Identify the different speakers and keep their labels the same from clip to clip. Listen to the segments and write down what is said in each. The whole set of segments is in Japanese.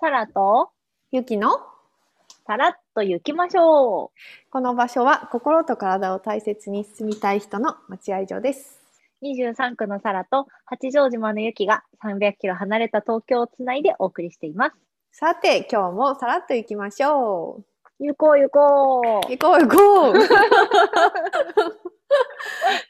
Speaker 1: サラと
Speaker 2: ゆきの
Speaker 1: さらっと行きましょ
Speaker 2: この場所は心と体を大切に住みたい人の待合所です。
Speaker 1: う23区のサラと八丈島の雪が300キロ離れた東京をつないでお送りしています
Speaker 2: さて、今日もさらっと行きましょ
Speaker 1: 行こう行こ
Speaker 2: う。行こう行こ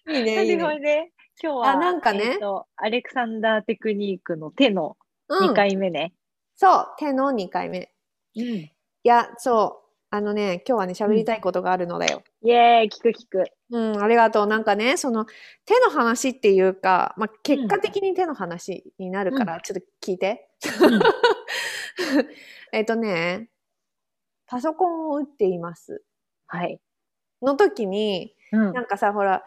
Speaker 2: う いいね、いい
Speaker 1: それ
Speaker 2: ね。
Speaker 1: で今日は
Speaker 2: あなんかね
Speaker 1: えーとアレクサンダーテクニックの手の
Speaker 2: うん
Speaker 1: 2回目ね、
Speaker 2: そう、手の2回目。い
Speaker 1: イ
Speaker 2: や、そう、あのね、今日はね、喋りたいことがあるのだよ。
Speaker 1: エーイ聞く聞く
Speaker 2: うん、ありがとう。なんかね、その手の話っていうか、まあ、結果的に手の話になるから、
Speaker 1: うん
Speaker 2: ちょっと聞いて。
Speaker 1: ん
Speaker 2: えっとね、パソコンを打っています。
Speaker 1: はい、
Speaker 2: の時に、
Speaker 1: うん
Speaker 2: なんかさ、ほら、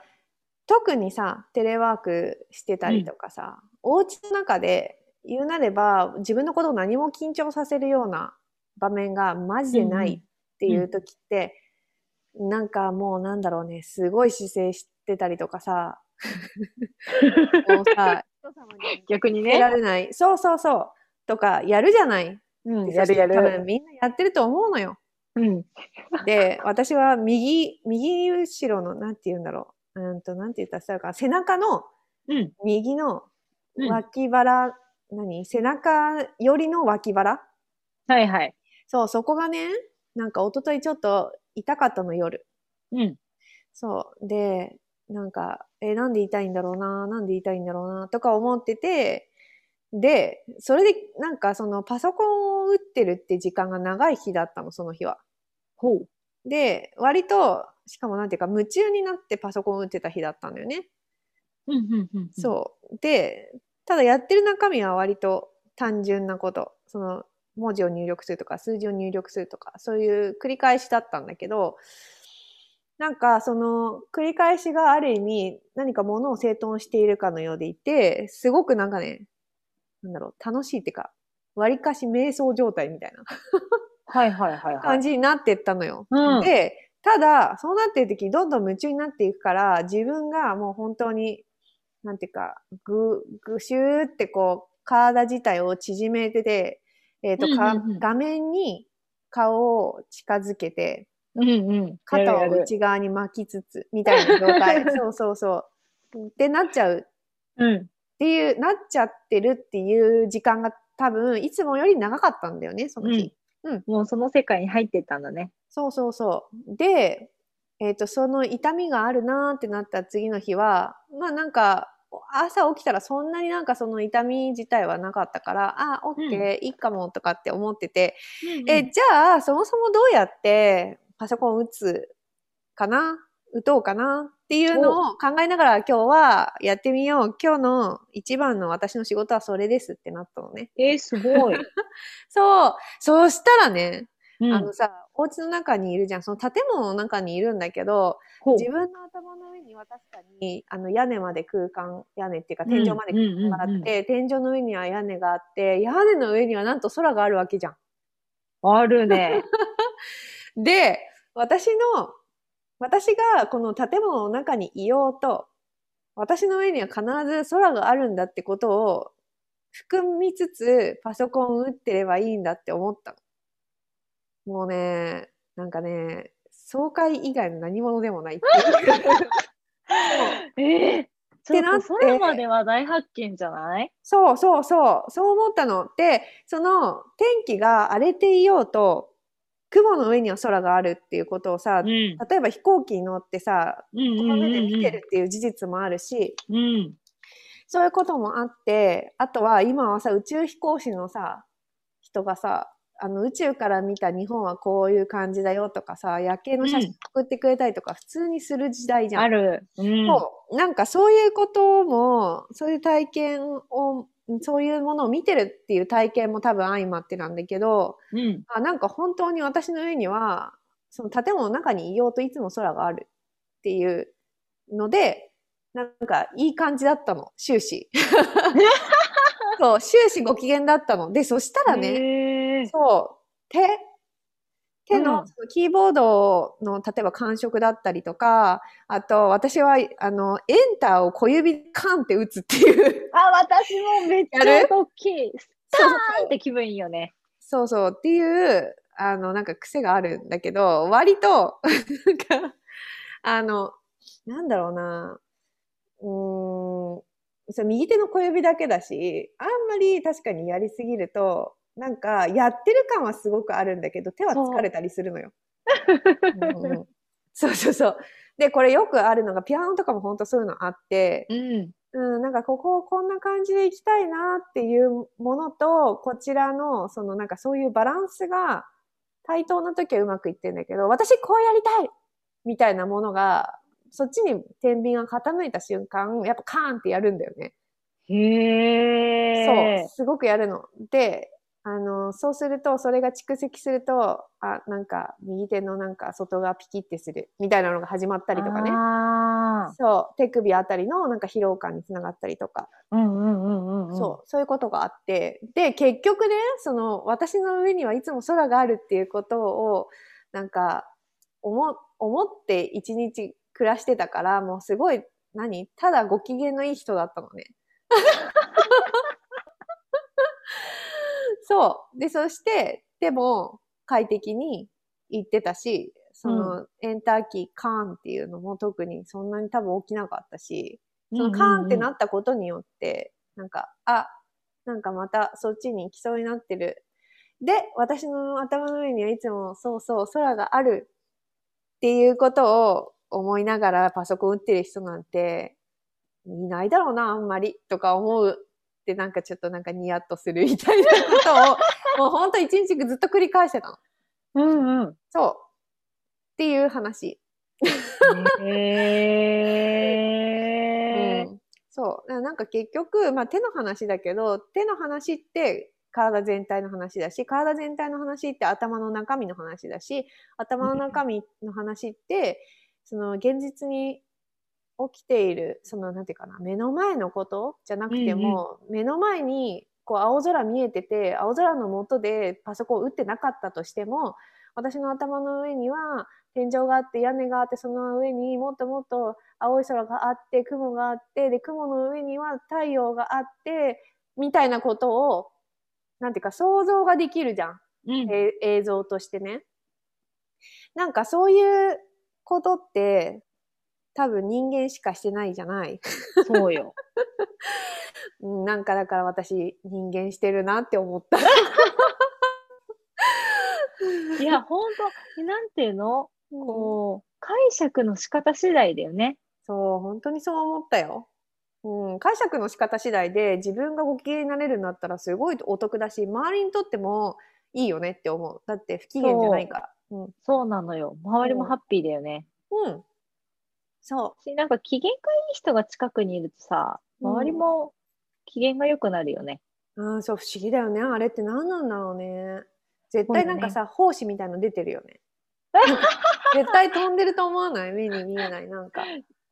Speaker 2: 特にさ、テレワークしてたりとかさ、お家の中で言うなれば、自分のことを何も緊張させるような場面がマジでな
Speaker 1: うんうん
Speaker 2: いっていう時って、なんかもうなんだろうね、すごい姿勢してたりとかさ、 もうさ、
Speaker 1: 逆に
Speaker 2: 得
Speaker 1: ね
Speaker 2: ら、れない。そうそうそう。とか、やるじゃない。
Speaker 1: うん、
Speaker 2: で
Speaker 1: やるや
Speaker 2: 多分
Speaker 1: る、
Speaker 2: みんなやってると思うのよ。
Speaker 1: うん、
Speaker 2: で、私は右、右後ろの、なんて言うんだろう。うんと、なんて言ったら伝わるか、背中の
Speaker 1: うん
Speaker 2: 右の
Speaker 1: うん
Speaker 2: 脇腹、何背中よりの脇腹
Speaker 1: はいはい
Speaker 2: そう、そこがね、なんか一昨日ちょっと痛かったの夜。
Speaker 1: うん
Speaker 2: そう。で、なんか、え、なんで痛いんだろうな、なんで痛いんだろうな、とか思ってて、で、それで、なんかそのパソコンを打ってるって時間が長い日だったの、その日は。
Speaker 1: ほう
Speaker 2: で、割と、しかもなんていうか、夢中になってパソコンを打ってた日だったんだよね。
Speaker 1: うんうんうんうん
Speaker 2: そう。で、ただやってる中身は割と単純なこと。その、文字を入力するとか、数字を入力するとか、そういう繰り返しだったんだけど、なんか、その、繰り返しがある意味、何かものを整頓しているかのようでいて、すごくなんかね、なんだろう、楽しいっていうか、割かし瞑想状態みたいな
Speaker 1: はいはいはいはい
Speaker 2: 感じになってったのよ。
Speaker 1: うん
Speaker 2: で、ただ、そうなってる時、どんどん夢中になっていくから、自分がもう本当に、なんていうか、ぐ、ぐしゅーってこう、体自体を縮めてて、えっ、と、か
Speaker 1: うんうんうん
Speaker 2: 画面に顔を近づけて、
Speaker 1: うんうん
Speaker 2: 肩
Speaker 1: や
Speaker 2: を
Speaker 1: るやる
Speaker 2: 内側に巻きつつ、みたいな状 態。そうそうそう。ってなっちゃう
Speaker 1: うん
Speaker 2: っていう、なっちゃってるっていう時間が多分、いつもより長かったんだよね、その日。
Speaker 1: うんもうその世界に入ってたんだね。
Speaker 2: そうそうそう。で、えっ、と、その痛みがあるなーってなった次の日は、まあなんか、朝起きたらそんなになんかその痛み自体はなかったから、あ、オッケー、いいかもとかって思ってて、え、じゃあ、そもそもどうやってパソコン打つかな打とうかなっていうのを考えながら今日はやってみよう。今日の一番の私の仕事はそれですってなったのね。
Speaker 1: えーす ごい。
Speaker 2: そう。そうしたらね、
Speaker 1: うん
Speaker 2: あのさ、お家の中にいるじゃん。その建物の中にいるんだけど、
Speaker 1: ほう
Speaker 2: 自分の頭の上には確かに、あの、屋根まで空間、屋根っていうか
Speaker 1: うん
Speaker 2: 天井まで空間があ
Speaker 1: うんうんうん
Speaker 2: って、天井の上には屋根があって、屋根の上にはなんと空があるわけじゃ
Speaker 1: ある ね。
Speaker 2: ん。で、私の、私がこの建物の中にいようと、私の上には必ず空があるんだってことを含みつつ、パソコンを打ってればいいんだって思ったの。もうね、なんかね、爽快以外の何物でもないっていう。
Speaker 1: えー、ちょ
Speaker 2: ってな
Speaker 1: っ
Speaker 2: って
Speaker 1: と空までは大発見じゃない
Speaker 2: そうそうそう、そう思ったの。で、その天気が荒れていようと、雲の上には空があるっていうことをさ、
Speaker 1: うん。うん
Speaker 2: 例えば飛行機に乗ってさ、こ
Speaker 1: うん
Speaker 2: の
Speaker 1: う
Speaker 2: 目で見て
Speaker 1: ん
Speaker 2: るっていう事実もあるし、
Speaker 1: うん。うん。
Speaker 2: そういうこともあって、あとは今はさ、宇宙飛行士のさ、人がさ、あの宇宙から見た日本はこういう感じだよとかさ、夜景の写
Speaker 1: う
Speaker 2: 真
Speaker 1: ん
Speaker 2: 送ってくれたりとか、普通にする時代じゃん。
Speaker 1: ある。うん。
Speaker 2: そう、なんかそういうことも、そういう体験を、そういうものを見てるっていう体験も多分相まってなんだけど、
Speaker 1: うん。
Speaker 2: あなんか本当に私の上には、その建物の中にいようといつも空があるっていう ので、なんかいい感じだったの、終始。そう、終始ご機嫌だったの。で、そしたらね、
Speaker 1: ね
Speaker 2: そう、手、手の
Speaker 1: うん
Speaker 2: そのキーボードの、例えば感触だったりとか、あと、私は、あの、エンターを小指でカンって打つっていう。
Speaker 1: あ、私もめっち
Speaker 2: や
Speaker 1: ゃ
Speaker 2: る
Speaker 1: ドッキリ。スタ
Speaker 2: そうそう
Speaker 1: ーンって気分いいよね。
Speaker 2: そうそうっていう、あの、なんか癖があるんだけど、割と、 なんか、あの、なんだろうな、うーん、そう右手の小指だけだし、あんまり確かにやりすぎると、なんか、やってる感はすごくあるんだけど、手は疲れたりするのよ。うんうんそうそうそう。で、これよくあるのが、ピアノとかも本当そういうのあって、
Speaker 1: うん。
Speaker 2: うん、なんかここをこんな感じで行きたいなっていうものと、こちらの、そのなんかそういうバランスが対等な時はうまくいってんだけど、私こうやりたいみたいなものが、そっちに天秤が傾いた瞬間、やっぱカーンってやるんだよね。
Speaker 1: へ
Speaker 2: そう、すごくやるの。で、あの、そうすると、それが蓄積すると、あ、なんか右手のなんか外側ピキってするみたいなのが始まったりとかね。
Speaker 1: あ
Speaker 2: そう、手首あたりのなんか疲労感につながったりとか。
Speaker 1: ーうんうんうんうんうん。
Speaker 2: そう、そういうことがあって。で、結局ね、その、私の上にはいつも空があるっていうことを、なんか、思、思って一日暮らしてたから、もうすごい、何ただご機嫌のいい人だったのね。そう。で、そして、でも、快適に行ってたし、その、エンターキーカーンっていうのも特にそんなに多分起きなかったし、そのカーンってな
Speaker 1: っ
Speaker 2: ったことによって、なんか、あ、なんかまたそっちに行きそうになってる。で、私の頭の上にはいつもそうそう空があるっていうことを思いながらパソコン打ってる人なんていないだろうな、あんまりとか思うってなんかちょっとなんかニヤッとするみたいなことをもうほんと一日ずっと繰り返してたの。
Speaker 1: うんうん。
Speaker 2: そう。っていう話。
Speaker 1: へー。
Speaker 2: うんそう。だからなんか結局、まあ手の話だけど、手の話って体全体の話だし、体全体の話って頭の中身の話だし、頭の中身の話って、その現実に起きている、そのなんていうかな、目の前のことじゃなくても、目の前にこう青空見えてて、青空の下でパソコン打ってなかったとしても、私の頭の上には天井があって屋根があって、その上にもっともっと青い空があって、雲があって、で、雲の上には太陽があって、みたいなことを、なんていうか想像ができるじゃん。
Speaker 1: うん
Speaker 2: え映像としてね。なんかそういうことって、多分人間しかしてないじゃない。
Speaker 1: そうよ。
Speaker 2: うんなんかだから私人間してるなって思った。
Speaker 1: いや、ほんと、なんていうのこう、解釈の仕方次第だよね。
Speaker 2: そう、本当にそう思ったよ。うん、解釈の仕方次第で自分がご機嫌になれるんだったらすごいお得だし、周りにとってもいいよねって思う。だって不機嫌じゃないから。うん。
Speaker 1: そうなのよ。周りもハッピーだよね。
Speaker 2: うん。そ
Speaker 1: しなんか機嫌がいい人が近くにいるとさ、
Speaker 2: うん
Speaker 1: 周りも機嫌が良くなるよね。
Speaker 2: う。うん、そう、不思議だよね。あれって何なんだろうね。絶対なんか
Speaker 1: そ
Speaker 2: さ、胞子みたいの出てるよね。絶対飛んでると思わない目に見えない。なんか。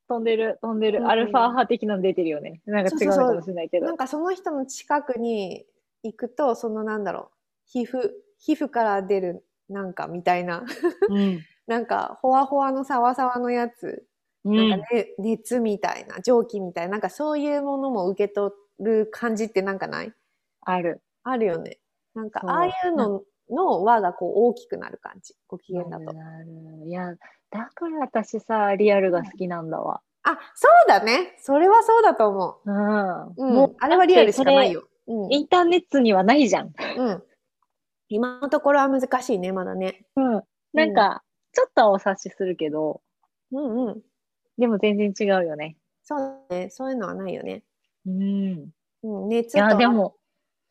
Speaker 1: 飛んでる、飛んで
Speaker 2: う
Speaker 1: る、
Speaker 2: ん
Speaker 1: アルファ派的なの出てるよね。なんか違うのかもしれないけど。
Speaker 2: なんかその人の近くに行くと、そのなんだろう。皮膚、皮膚から出るなんかみたいな。
Speaker 1: うん
Speaker 2: なんか、ほわほわのさわさわのやつ、
Speaker 1: うん
Speaker 2: なんかね、熱みたいな、蒸気みたいな、なんかそういうものも受け取る感じってなんかない
Speaker 1: ある。
Speaker 2: あるよね。なんか、
Speaker 1: そう
Speaker 2: ああいうのの輪がこう大きくなる感じ、ご機嫌だと。
Speaker 1: なるいや、だから私さ、リアルが好きなんだわ。
Speaker 2: あ、そうだね。それはそうだと思
Speaker 1: うん。
Speaker 2: う。
Speaker 1: も
Speaker 2: うん
Speaker 1: う、、
Speaker 2: あれはリアルしかないよ。うん。
Speaker 1: インターネットにはないじゃん。
Speaker 2: うん。今のところは難しいね、まだね。
Speaker 1: うん。なんか、ちょっとはお察しするけど、
Speaker 2: うんうん。
Speaker 1: でも全然違うよね。
Speaker 2: そうだね。そういうのはないよね。
Speaker 1: うん。い
Speaker 2: うん、熱と。
Speaker 1: や、で、も、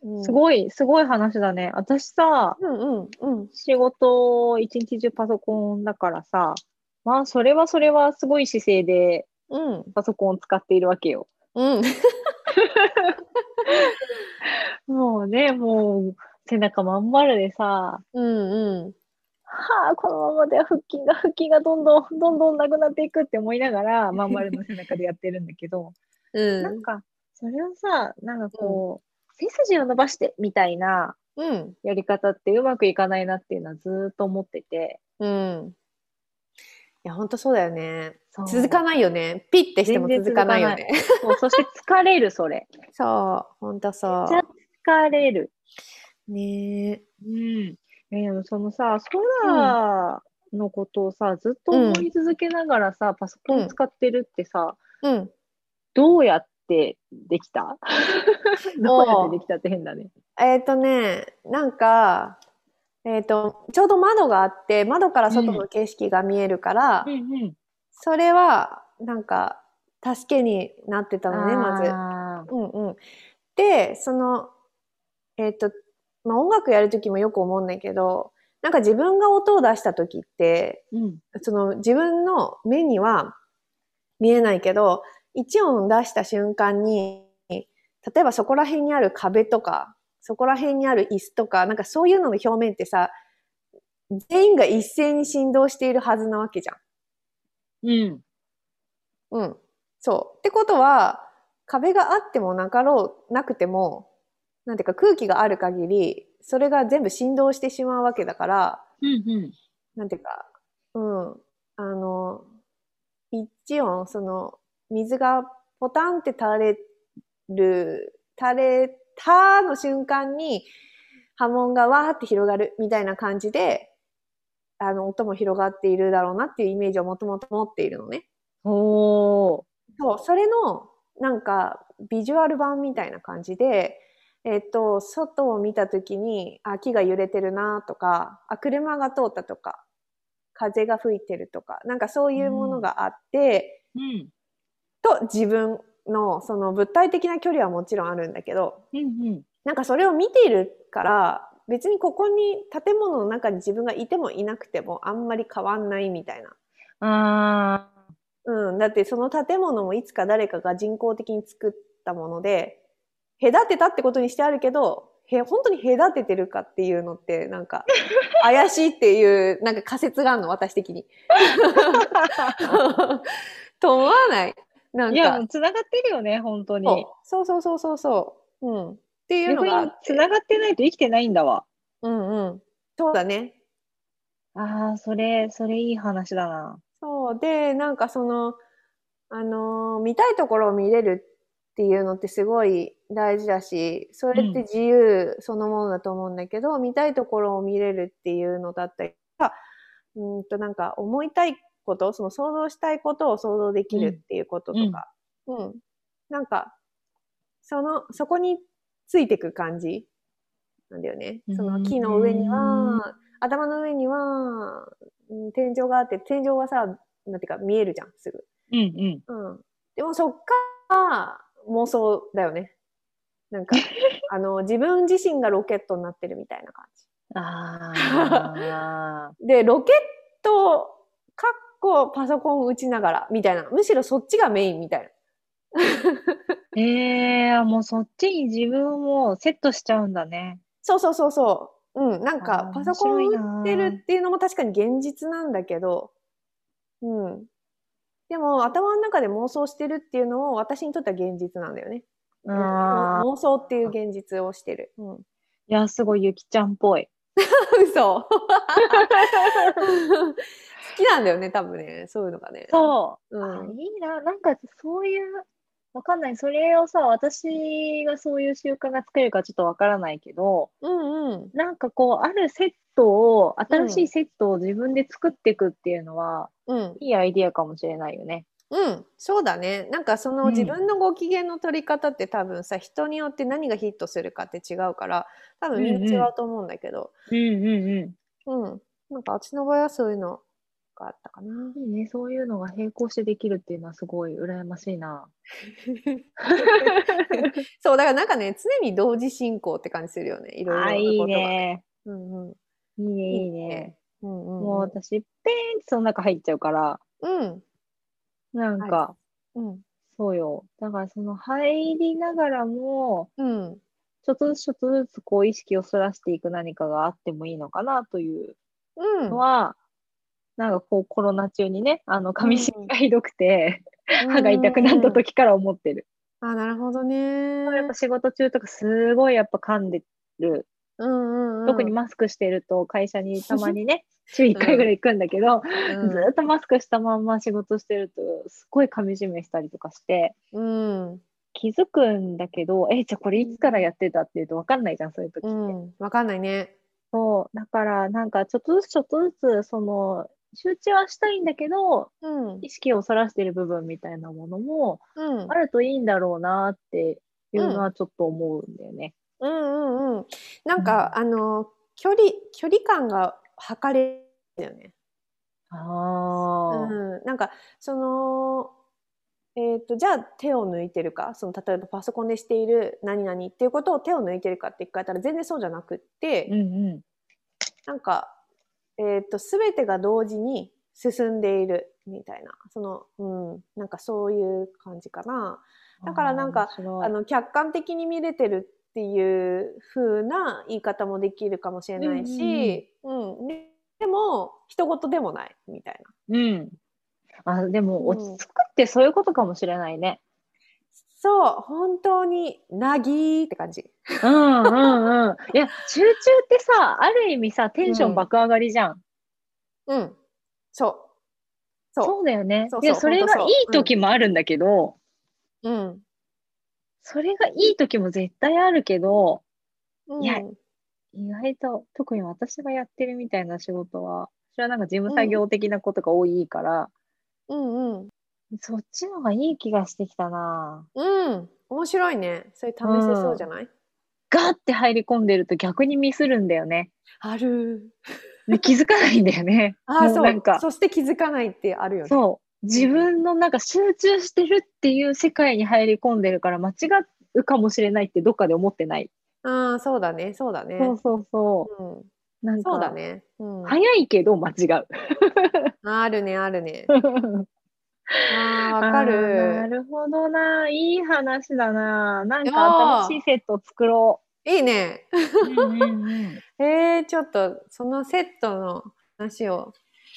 Speaker 2: うん、
Speaker 1: す
Speaker 2: い。
Speaker 1: ごい、すごい話だね。私さ、
Speaker 2: うんうんうん。
Speaker 1: 仕事を一日中パソコンだからさ、まあ、それはそれはすごい姿勢で
Speaker 2: うん。
Speaker 1: パソコンを使っているわけよ。
Speaker 2: うん。
Speaker 1: もうね、もう、背中まん丸でさ、
Speaker 2: うんうん。
Speaker 1: はあ、このままでは腹筋が、腹筋がどんどん、どんどんなくなっていくって思いながら、まん丸の背中でやってるんだけど、
Speaker 2: う
Speaker 1: なん
Speaker 2: ん。
Speaker 1: か、それをさ、なんかこう、背筋を伸ばしてみたいな
Speaker 2: うん。
Speaker 1: やり方ってうまくいかないなっていうのはずーっと思ってて。
Speaker 2: うん。いや、ほんとそうだよね。
Speaker 1: そう
Speaker 2: 続かないよね。ピッてしても
Speaker 1: 全然
Speaker 2: 続かないよね。
Speaker 1: そうそして疲れる、それ。
Speaker 2: そう、ほんとそ
Speaker 1: めっちゃ疲れる。
Speaker 2: う。ねえ。
Speaker 1: うん。えでもそのさ、空のことをさ、ずっと思い続けながらさ、パソコン使ってるってさ、
Speaker 2: うん。
Speaker 1: どうやってできた どうやってできたって変だね。
Speaker 2: えっ、とね、なんか、えっ、と、ちょうど窓があって、窓から外の景色が見えるから、
Speaker 1: ん。
Speaker 2: それは、なんか、助けになってたのね、まず。
Speaker 1: まず。
Speaker 2: うんうん。で、その、えっ、と、まあ、音楽やるときもよく思うんだけど、なんか自分が音を出したときって、
Speaker 1: うん。
Speaker 2: その自分の目には見えないけど、一音出した瞬間に、例えばそこら辺にある壁とか、そこら辺にある椅子とか、なんかそういうのの表面ってさ、全員が一斉に振動しているはずなわけじゃん。
Speaker 1: うん。
Speaker 2: うん。そう。ってことは、壁があってもなかろう、なくても、なんていうか空気がある限り、それが全部振動してしまうわけだから、
Speaker 1: うん。うん。
Speaker 2: なんていうか、うん。あの、一音、その、水がポタンって垂れる、垂れたの瞬間に、波紋がわーって広がるみたいな感じで、あの、音も広がっているだろうなっていうイメージをもともと持っているのね。
Speaker 1: おー。
Speaker 2: そう、それの、なんか、ビジュアル版みたいな感じで、えっと、外を見たときに、あ、木が揺れてるなとか、あ、車が通ったとか、風が吹いてるとか、なんかそういうものがあって、
Speaker 1: うん。
Speaker 2: と自分の、その物体的な距離はもちろんあるんだけど、
Speaker 1: うん。うん。
Speaker 2: なんかそれを見ているから、別にここに建物の中に自分がいてもいなくてもあんまり変わんないみたいな。
Speaker 1: あ
Speaker 2: うん、だってその建物もいつか誰かが人工的に作ったもので、隔てたってことにしてあるけど、へ、本当に隔ててるかっていうのって、なん か、怪しいっていう、なんか仮説があるの、私的に。と思わないな
Speaker 1: ー。
Speaker 2: んか
Speaker 1: いや、もう繋がってるよね、本当に。
Speaker 2: そうそうそうそうそう。うん。っていう
Speaker 1: 逆
Speaker 2: の
Speaker 1: に
Speaker 2: があって。
Speaker 1: 繋がってないと生きてないんだわ。
Speaker 2: うんうん。そうだね。
Speaker 1: ああ、それ、それいい話だな。
Speaker 2: そう。で、なんかその、あのー見たいところを見れるっていうのってすごい大事だし、それって自由そのものだと思うんだけど、見たいところを見れるっていうのだったりとか、うーんとなんか思いたいこと、その想像したいことを想像できるっていうこととか、うん。なんか、その、そこについてく感じなんだよね。その木の上に
Speaker 1: うん
Speaker 2: は、頭の上には、うん天井があって、天井はさ、なんていうか見えるじゃん、すぐ。
Speaker 1: うんうん。
Speaker 2: うん。でもそっから妄想だよね。なん か、あの、自分自身がロケットになってるみたいな感
Speaker 1: ああ。
Speaker 2: じ。で、ロケット、かっこパソコン打ちながら、みたいな。むしろそっちがメインみたいな。
Speaker 1: ええー、もうそっちに自分をセットしちゃうんだね。
Speaker 2: そうそうそうそう。うん。なんか
Speaker 1: あ、ー
Speaker 2: パソコン
Speaker 1: 面白い
Speaker 2: 打
Speaker 1: な
Speaker 2: ってるっていうのも確かに現実なんだけど、うん。でも、頭の中で妄想してるっていうのも私にとっては現実なんだよね。うん
Speaker 1: ああ。
Speaker 2: 妄想っていう現実をしてる。うん。
Speaker 1: いや、すごいゆきちゃんっぽい。
Speaker 2: 嘘好きなんだよね、多分ね。そういうのがね。
Speaker 1: そうう。あ
Speaker 2: ん。
Speaker 1: いいな。なんかそういう、わかんない。それをさ、私がそういう習慣が作れるかちょっとわからないけど、
Speaker 2: うんうん。
Speaker 1: なんかこう、あるセットを、新しいセットを自分で作っていくっていうのは、
Speaker 2: うん。
Speaker 1: いいアイディアかもしれないよね。
Speaker 2: うん。そうだね。なんかその
Speaker 1: うん
Speaker 2: 自分のご機嫌の取り方って多分さ、人によって何がヒットするかって違うから、多分みんな違うと思うんだけど、
Speaker 1: うんうんうん。
Speaker 2: うん、なんかあっちの場合はそういうのがあったかな。
Speaker 1: いいね、そういうのが並行してできるっていうのはすごい羨ましいな。
Speaker 2: そう、だからなんかね、常に同時進行って感じするよね。いろいろなことが。
Speaker 1: ね。
Speaker 2: うんうん。
Speaker 1: いいね、いい
Speaker 2: いい
Speaker 1: ね
Speaker 2: ね。うんうんうん。
Speaker 1: もう私、ペーンってその中入っちゃうから、
Speaker 2: うん。
Speaker 1: なんか、
Speaker 2: はうん。
Speaker 1: そうよ。だからその入りながらも、
Speaker 2: うん。
Speaker 1: ちょっとずつちょっとずつこう意識をそらしていく何かがあってもいいのかなという
Speaker 2: うん
Speaker 1: の。は、なんかこうコロナ中にね、あの、髪芯がひどくて、歯が痛くなった時から思ってる。
Speaker 2: あ、なるほどね。
Speaker 1: やっぱ仕事中とかすごいやっぱ噛んでる。
Speaker 2: うんうんうん、
Speaker 1: 特にマスクしてると会社にたまに ね、週1回ぐらい行くんだけど、
Speaker 2: うん
Speaker 1: ずっとマスクしたまんま仕事してると、すごい噛み締めしたりとかして、
Speaker 2: うん。
Speaker 1: 気づくんだけど、え、じゃあこれいつからやってたっていうと分かんないじゃん、そういう時って。
Speaker 2: うん。わかんないね。
Speaker 1: そう、だからなんかちょっとずつちょっとずつ、その、集中はしたいんだけど、
Speaker 2: うん。
Speaker 1: 意識をそらしてる部分みたいなものも、
Speaker 2: うん。
Speaker 1: あるといいんだろうなっていうのはちょっと思うんだよね。
Speaker 2: うんうんうん。なんか、あの、距離、距離感が測れるんだよね。
Speaker 1: ああ、
Speaker 2: うん。なんか、その、えっ、と、じゃあ手を抜いてるか、その、例えばパソコンでしている何々っていうことを手を抜いてるかって聞かれたら全然そうじゃなくって、
Speaker 1: うんうん。
Speaker 2: なんか、えっ、と、すべてが同時に進んでいるみたいな、その、うん、なんかそういう感じかな。だからなんか
Speaker 1: あー、面白い
Speaker 2: あの客観的に見れてるっていう風な言い方もできるかもしれないし、うんででも人事でもないみたいな。
Speaker 1: うん。あ、で
Speaker 2: うん
Speaker 1: も落ち着くってそういうことかもしれないね。
Speaker 2: そう本当になぎーって感じ。
Speaker 1: うんうんうん。いや、集中ってさ、ある意味さ、テンショ
Speaker 2: うん
Speaker 1: ン爆上がりじゃん。
Speaker 2: うん、そう
Speaker 1: そ
Speaker 2: そう
Speaker 1: だよね
Speaker 2: そう。
Speaker 1: で、
Speaker 2: そう
Speaker 1: それ
Speaker 2: ほんと
Speaker 1: が
Speaker 2: そ
Speaker 1: いうい時もあるんだけど、
Speaker 2: う。うん
Speaker 1: それがいい時も絶対あるけど、
Speaker 2: うん、
Speaker 1: いや意外と、特に私がやってるみたいな仕事は、それはなんか事務作業的なことが多いから、
Speaker 2: うんうん
Speaker 1: そっちの方がいい気がしてきたな
Speaker 2: うん面白いねそれ試せそうじゃない、
Speaker 1: ガッて入り込んでると逆にミスるんだよね。
Speaker 2: ある。
Speaker 1: で気づかないんだよね
Speaker 2: あー
Speaker 1: も
Speaker 2: そう
Speaker 1: なんか
Speaker 2: そして気づかないってあるよね。
Speaker 1: そう。自分のなんか集中してるっていう世界に入り込んでるから間違うかもしれないってどっかで思ってない。
Speaker 2: あーそうだねそうだね。
Speaker 1: そうそうそうう。なん
Speaker 2: ん、
Speaker 1: か
Speaker 2: そうだね。うん、
Speaker 1: 早いけど間違う。
Speaker 2: あるねあるね。
Speaker 1: わ
Speaker 2: あーわか
Speaker 1: な
Speaker 2: る。
Speaker 1: るほどな。いい話だな。なん
Speaker 2: あー
Speaker 1: か新しいセット作ろ
Speaker 2: いいね。
Speaker 1: う。うんうんうん
Speaker 2: えー、ちょっとそのセットの話を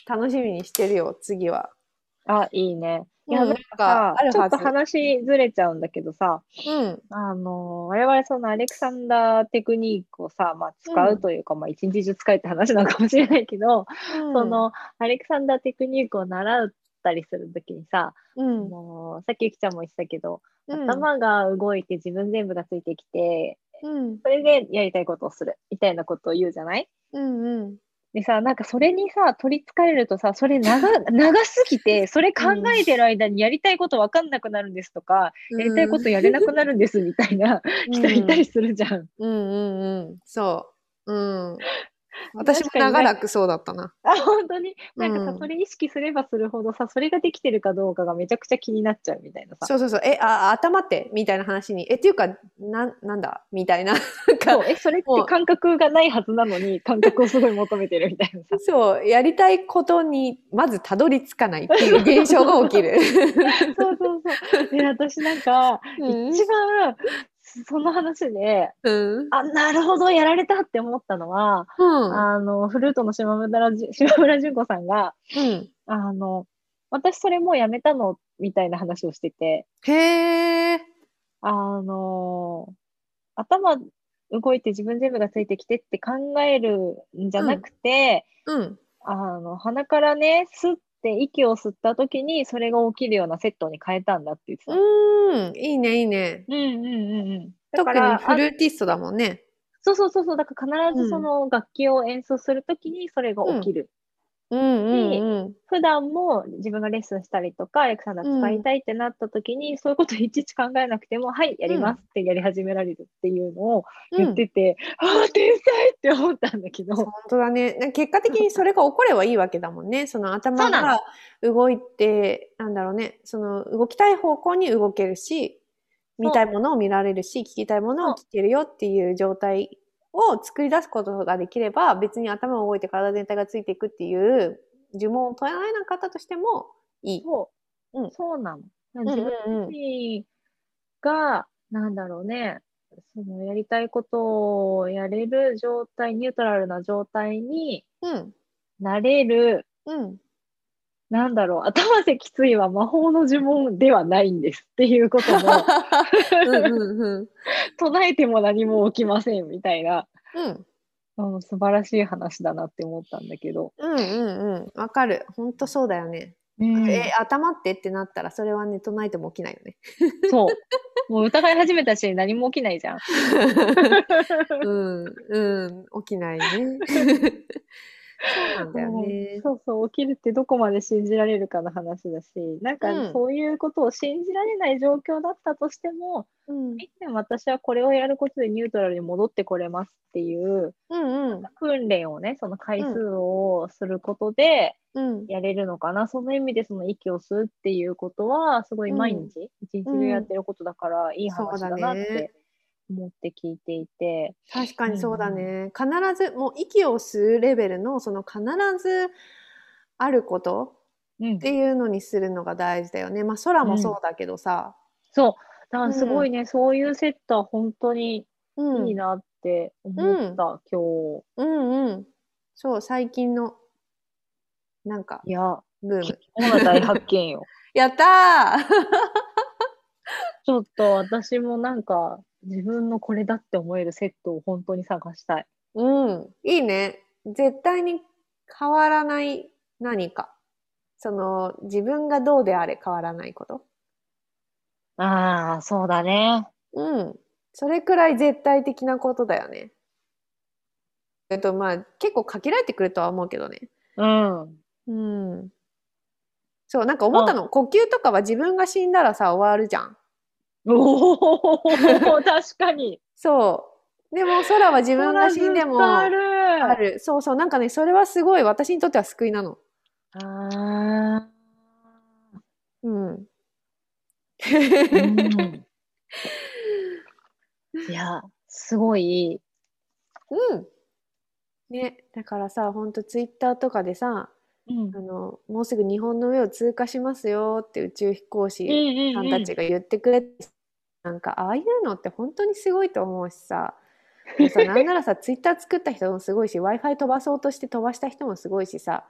Speaker 2: 楽しみにしてるよ、次は。
Speaker 1: あ、いいね。い
Speaker 2: うん
Speaker 1: や、
Speaker 2: な
Speaker 1: なんん
Speaker 2: か
Speaker 1: か
Speaker 2: あるはず
Speaker 1: ちょっと話ずれちゃうんだけどさ、
Speaker 2: うん。
Speaker 1: あの、我々そのアレクサンダーテクニックをさ、まあ使うというか、まあ一日中使えって話なのかもしれないけど、そ、のアレクサンダーテクニックを習ったりするときにさ、
Speaker 2: うん。
Speaker 1: もうさっきゆきちゃんも言ってたけど、
Speaker 2: うん、
Speaker 1: 頭が動いて自分全部がついてきて、
Speaker 2: うん。
Speaker 1: それでやりたいことをするみたいなことを言うじゃない
Speaker 2: うん。うん。
Speaker 1: でさ、なんかそれにさ、取りつかれるとさ、それ 長長すぎて、それ考えてる間にやりたいことわかんなくなるんですとか、やりたいことやれなくなるんですみたいな人いたりするじゃん。
Speaker 2: うんうんうん。そう。 うん。私も
Speaker 1: 確かに
Speaker 2: 長らくそうだったな。
Speaker 1: あ、本当になんか
Speaker 2: う
Speaker 1: さ
Speaker 2: ん、
Speaker 1: それ意識すればするほどさ、それができてるかどうかがめちゃくちゃ気になっちゃうみたいなさ。
Speaker 2: そうそうそう。え、あ、頭ってみたいな話に。え、っていうか、な、なんだみたいな。 なんか
Speaker 1: そうえそれっ
Speaker 2: もう
Speaker 1: て感覚がないはずなのに感覚をすごい求めてるみたいなさ
Speaker 2: そう、やりたいことにまずたどり着かないっていう現 象が起きる。
Speaker 1: そうそうそうで私なんか
Speaker 2: うん
Speaker 1: 一番その話で
Speaker 2: うん。
Speaker 1: あなるほどやられたって思ったのは、
Speaker 2: うん。
Speaker 1: あのフルートの島村じゅ 島村純子さんが
Speaker 2: うん。
Speaker 1: あの私それもうやめたのみたいな話をしてて
Speaker 2: へえ。
Speaker 1: あの頭動いて自分全部がついてきてって考えるんじゃなくて、
Speaker 2: うん。
Speaker 1: あの、鼻からね、吸って、息を吸った時に、それが起きるようなセットに変えたんだって言ってた。
Speaker 2: うーん。いいね、いいね。
Speaker 1: うんうんうんうん。だ
Speaker 2: 特
Speaker 1: か
Speaker 2: に
Speaker 1: ら、
Speaker 2: フ
Speaker 1: あ
Speaker 2: ルーティストだもんね。
Speaker 1: そうそうそうそう、だから必
Speaker 2: うん
Speaker 1: ずその楽器を演奏するときにそれが起きる。
Speaker 2: うんうんうん。
Speaker 1: 普段も自分がレッスンしたりとか、アレクサンダー使いたいってなったときに、そういうこといちいち考えなくても、はい、やりますってやり始められるっていうのを
Speaker 2: う
Speaker 1: 言
Speaker 2: ん
Speaker 1: ってて、ああ、天才って思ったんだけど。
Speaker 2: 本当だね。なんか結果的にそれが起こればいいわけだもんね。その頭
Speaker 1: そうなの
Speaker 2: が動いて、なんだろうね。その動きたい方向に動けるし、
Speaker 1: そう
Speaker 2: 見たいものを見られるし、聞きたいものを聞けるよっていう状態を作り出すことができれば、別に頭が動いて体全体がついていくっていう呪文を問えられなかったとしてもいい。
Speaker 1: そう、
Speaker 2: うん
Speaker 1: そうなの。
Speaker 2: うん
Speaker 1: 自分
Speaker 2: うんうん
Speaker 1: 自身が、なんだろうね、そのやりたいことをやれる状態、ニュートラルな状態に
Speaker 2: うん。
Speaker 1: なれる
Speaker 2: うん。
Speaker 1: なんだろう、頭できついは魔法の呪文ではないんですっていうことも、
Speaker 2: うんうんうん。
Speaker 1: 唱えても何も起きませんみたいな、
Speaker 2: うん
Speaker 1: うん、素晴らしい話だなって思ったんだけど。
Speaker 2: うんうんうん。わかる。ほんとそうだよね。え、頭ってってなったら、それはね、唱えても起きないよね。
Speaker 1: そう。もう疑い始めたし、何も起きないじゃん。
Speaker 2: うん、うん、起きないね。そうなんだよね。
Speaker 1: そうそう、起きるってどこまで信じられるかの話だし、なん
Speaker 2: う
Speaker 1: か
Speaker 2: ん
Speaker 1: そういうことを信じられない状況だったとしても、
Speaker 2: うん、
Speaker 1: いつでも私はこれをやることでニュートラルに戻ってこれますっていう
Speaker 2: うん、うん、
Speaker 1: 訓練をね、その回数をすることで
Speaker 2: うん、
Speaker 1: やれるのかな。その意味でその息を吸うっていうことは、すごい毎日、一日でやってることだから、いい話だなっ
Speaker 2: そうだね
Speaker 1: て思って聞いていて。
Speaker 2: 確かにそうだね。必ず、もう息を吸うレベルの、その必ずあること
Speaker 1: うん
Speaker 2: っていうのにするのが大事だよね。まあ、空もそうだけどさ。
Speaker 1: そう。だからすごいね、そういうセットは本当に
Speaker 2: うん、
Speaker 1: いいなって思った、今
Speaker 2: うん、うん。そう、最近の、なんか
Speaker 1: 日。、いや、
Speaker 2: ブーム
Speaker 1: 結。構な大発見 よ。
Speaker 2: やったー
Speaker 1: ちょっと私もなんか、自分のこれだって思えるセットを本当に探したい。
Speaker 2: うん、いいね。絶対に変わらない何か。その、自分がどうであれ変わらないこと。
Speaker 1: ああ、そうだね。
Speaker 2: うん。それくらい絶対的なことだよね。えっと、まあ、結構限られてくるとは思うけどね。
Speaker 1: うん。
Speaker 2: うん。そう、なんか思ったの。呼吸とかは自分が死んだらさ、終わるじゃん。
Speaker 1: おお 確かに。
Speaker 2: そう。でも、空は自分が死んでも、
Speaker 1: ある。
Speaker 2: ある。そうそう。なんかね、それはすごい私にとっては救いなの。
Speaker 1: あ
Speaker 2: うん。
Speaker 1: ーうん。 いや、すごい。
Speaker 2: うん。ね、だからさ、ほんとツイッターとかでさ、
Speaker 1: うん
Speaker 2: あの、もうすぐ日本の上を通過しますよって宇宙飛行士さんたちが言ってくれて、なんかああいうのって本当にすごいと思うしさ、で さなんならさ、ツイッター作った人もすごいし、Wi-Fi 飛ばそうとして飛ばした人もすごいしさ、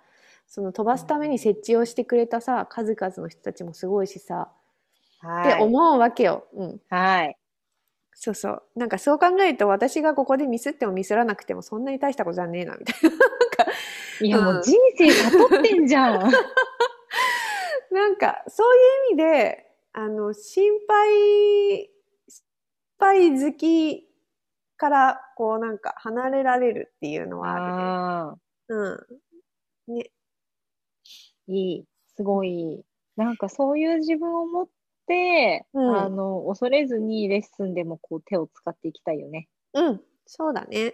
Speaker 2: その飛ばすために設置をしてくれたさ、数々の人たちもすごいしさ、って
Speaker 1: はい。
Speaker 2: 思うわけよ。うん。
Speaker 1: はい。
Speaker 2: そうそう。なんかそう考えると私がここでミスってもミスらなくてもそんなに大したことじゃねえなみたい
Speaker 1: いや、
Speaker 2: うん
Speaker 1: もう人生悟ってんじゃん。
Speaker 2: な。なんかそういう意味で、あの、心配、心配好きからこうなんか離れられるっていうの はあ
Speaker 1: ああ、
Speaker 2: るね。うん。ね。
Speaker 1: いい。すごい。なんかそういう自分を持って、
Speaker 2: うん
Speaker 1: あの、恐れずにレッスンでもこう手を使っていきたいよね。
Speaker 2: うん。そうだね。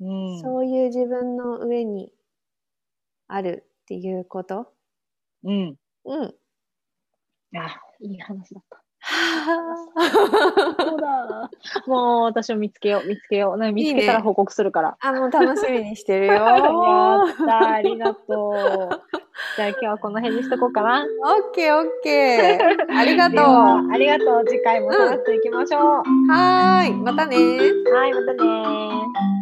Speaker 1: うん。
Speaker 2: そういう自分の上にあるっていうこと。
Speaker 1: うん。
Speaker 2: うん。
Speaker 1: あ、いい話だった。
Speaker 2: はあ。
Speaker 1: そうだ。もう私を見つけよう、見つけよう。なんか見つけた
Speaker 2: いいね
Speaker 1: ら報告するから。
Speaker 2: あ、もう楽しみにし てるよ。
Speaker 1: やった、ありがとう。 じゃあ今日はこの辺にしとこうかな。
Speaker 2: オッケーオッケ ー。ありがと
Speaker 1: で
Speaker 2: う。
Speaker 1: は
Speaker 2: は
Speaker 1: ありがとう。次回も探っていきましょう。
Speaker 2: ーい。またね
Speaker 1: はい、またねー。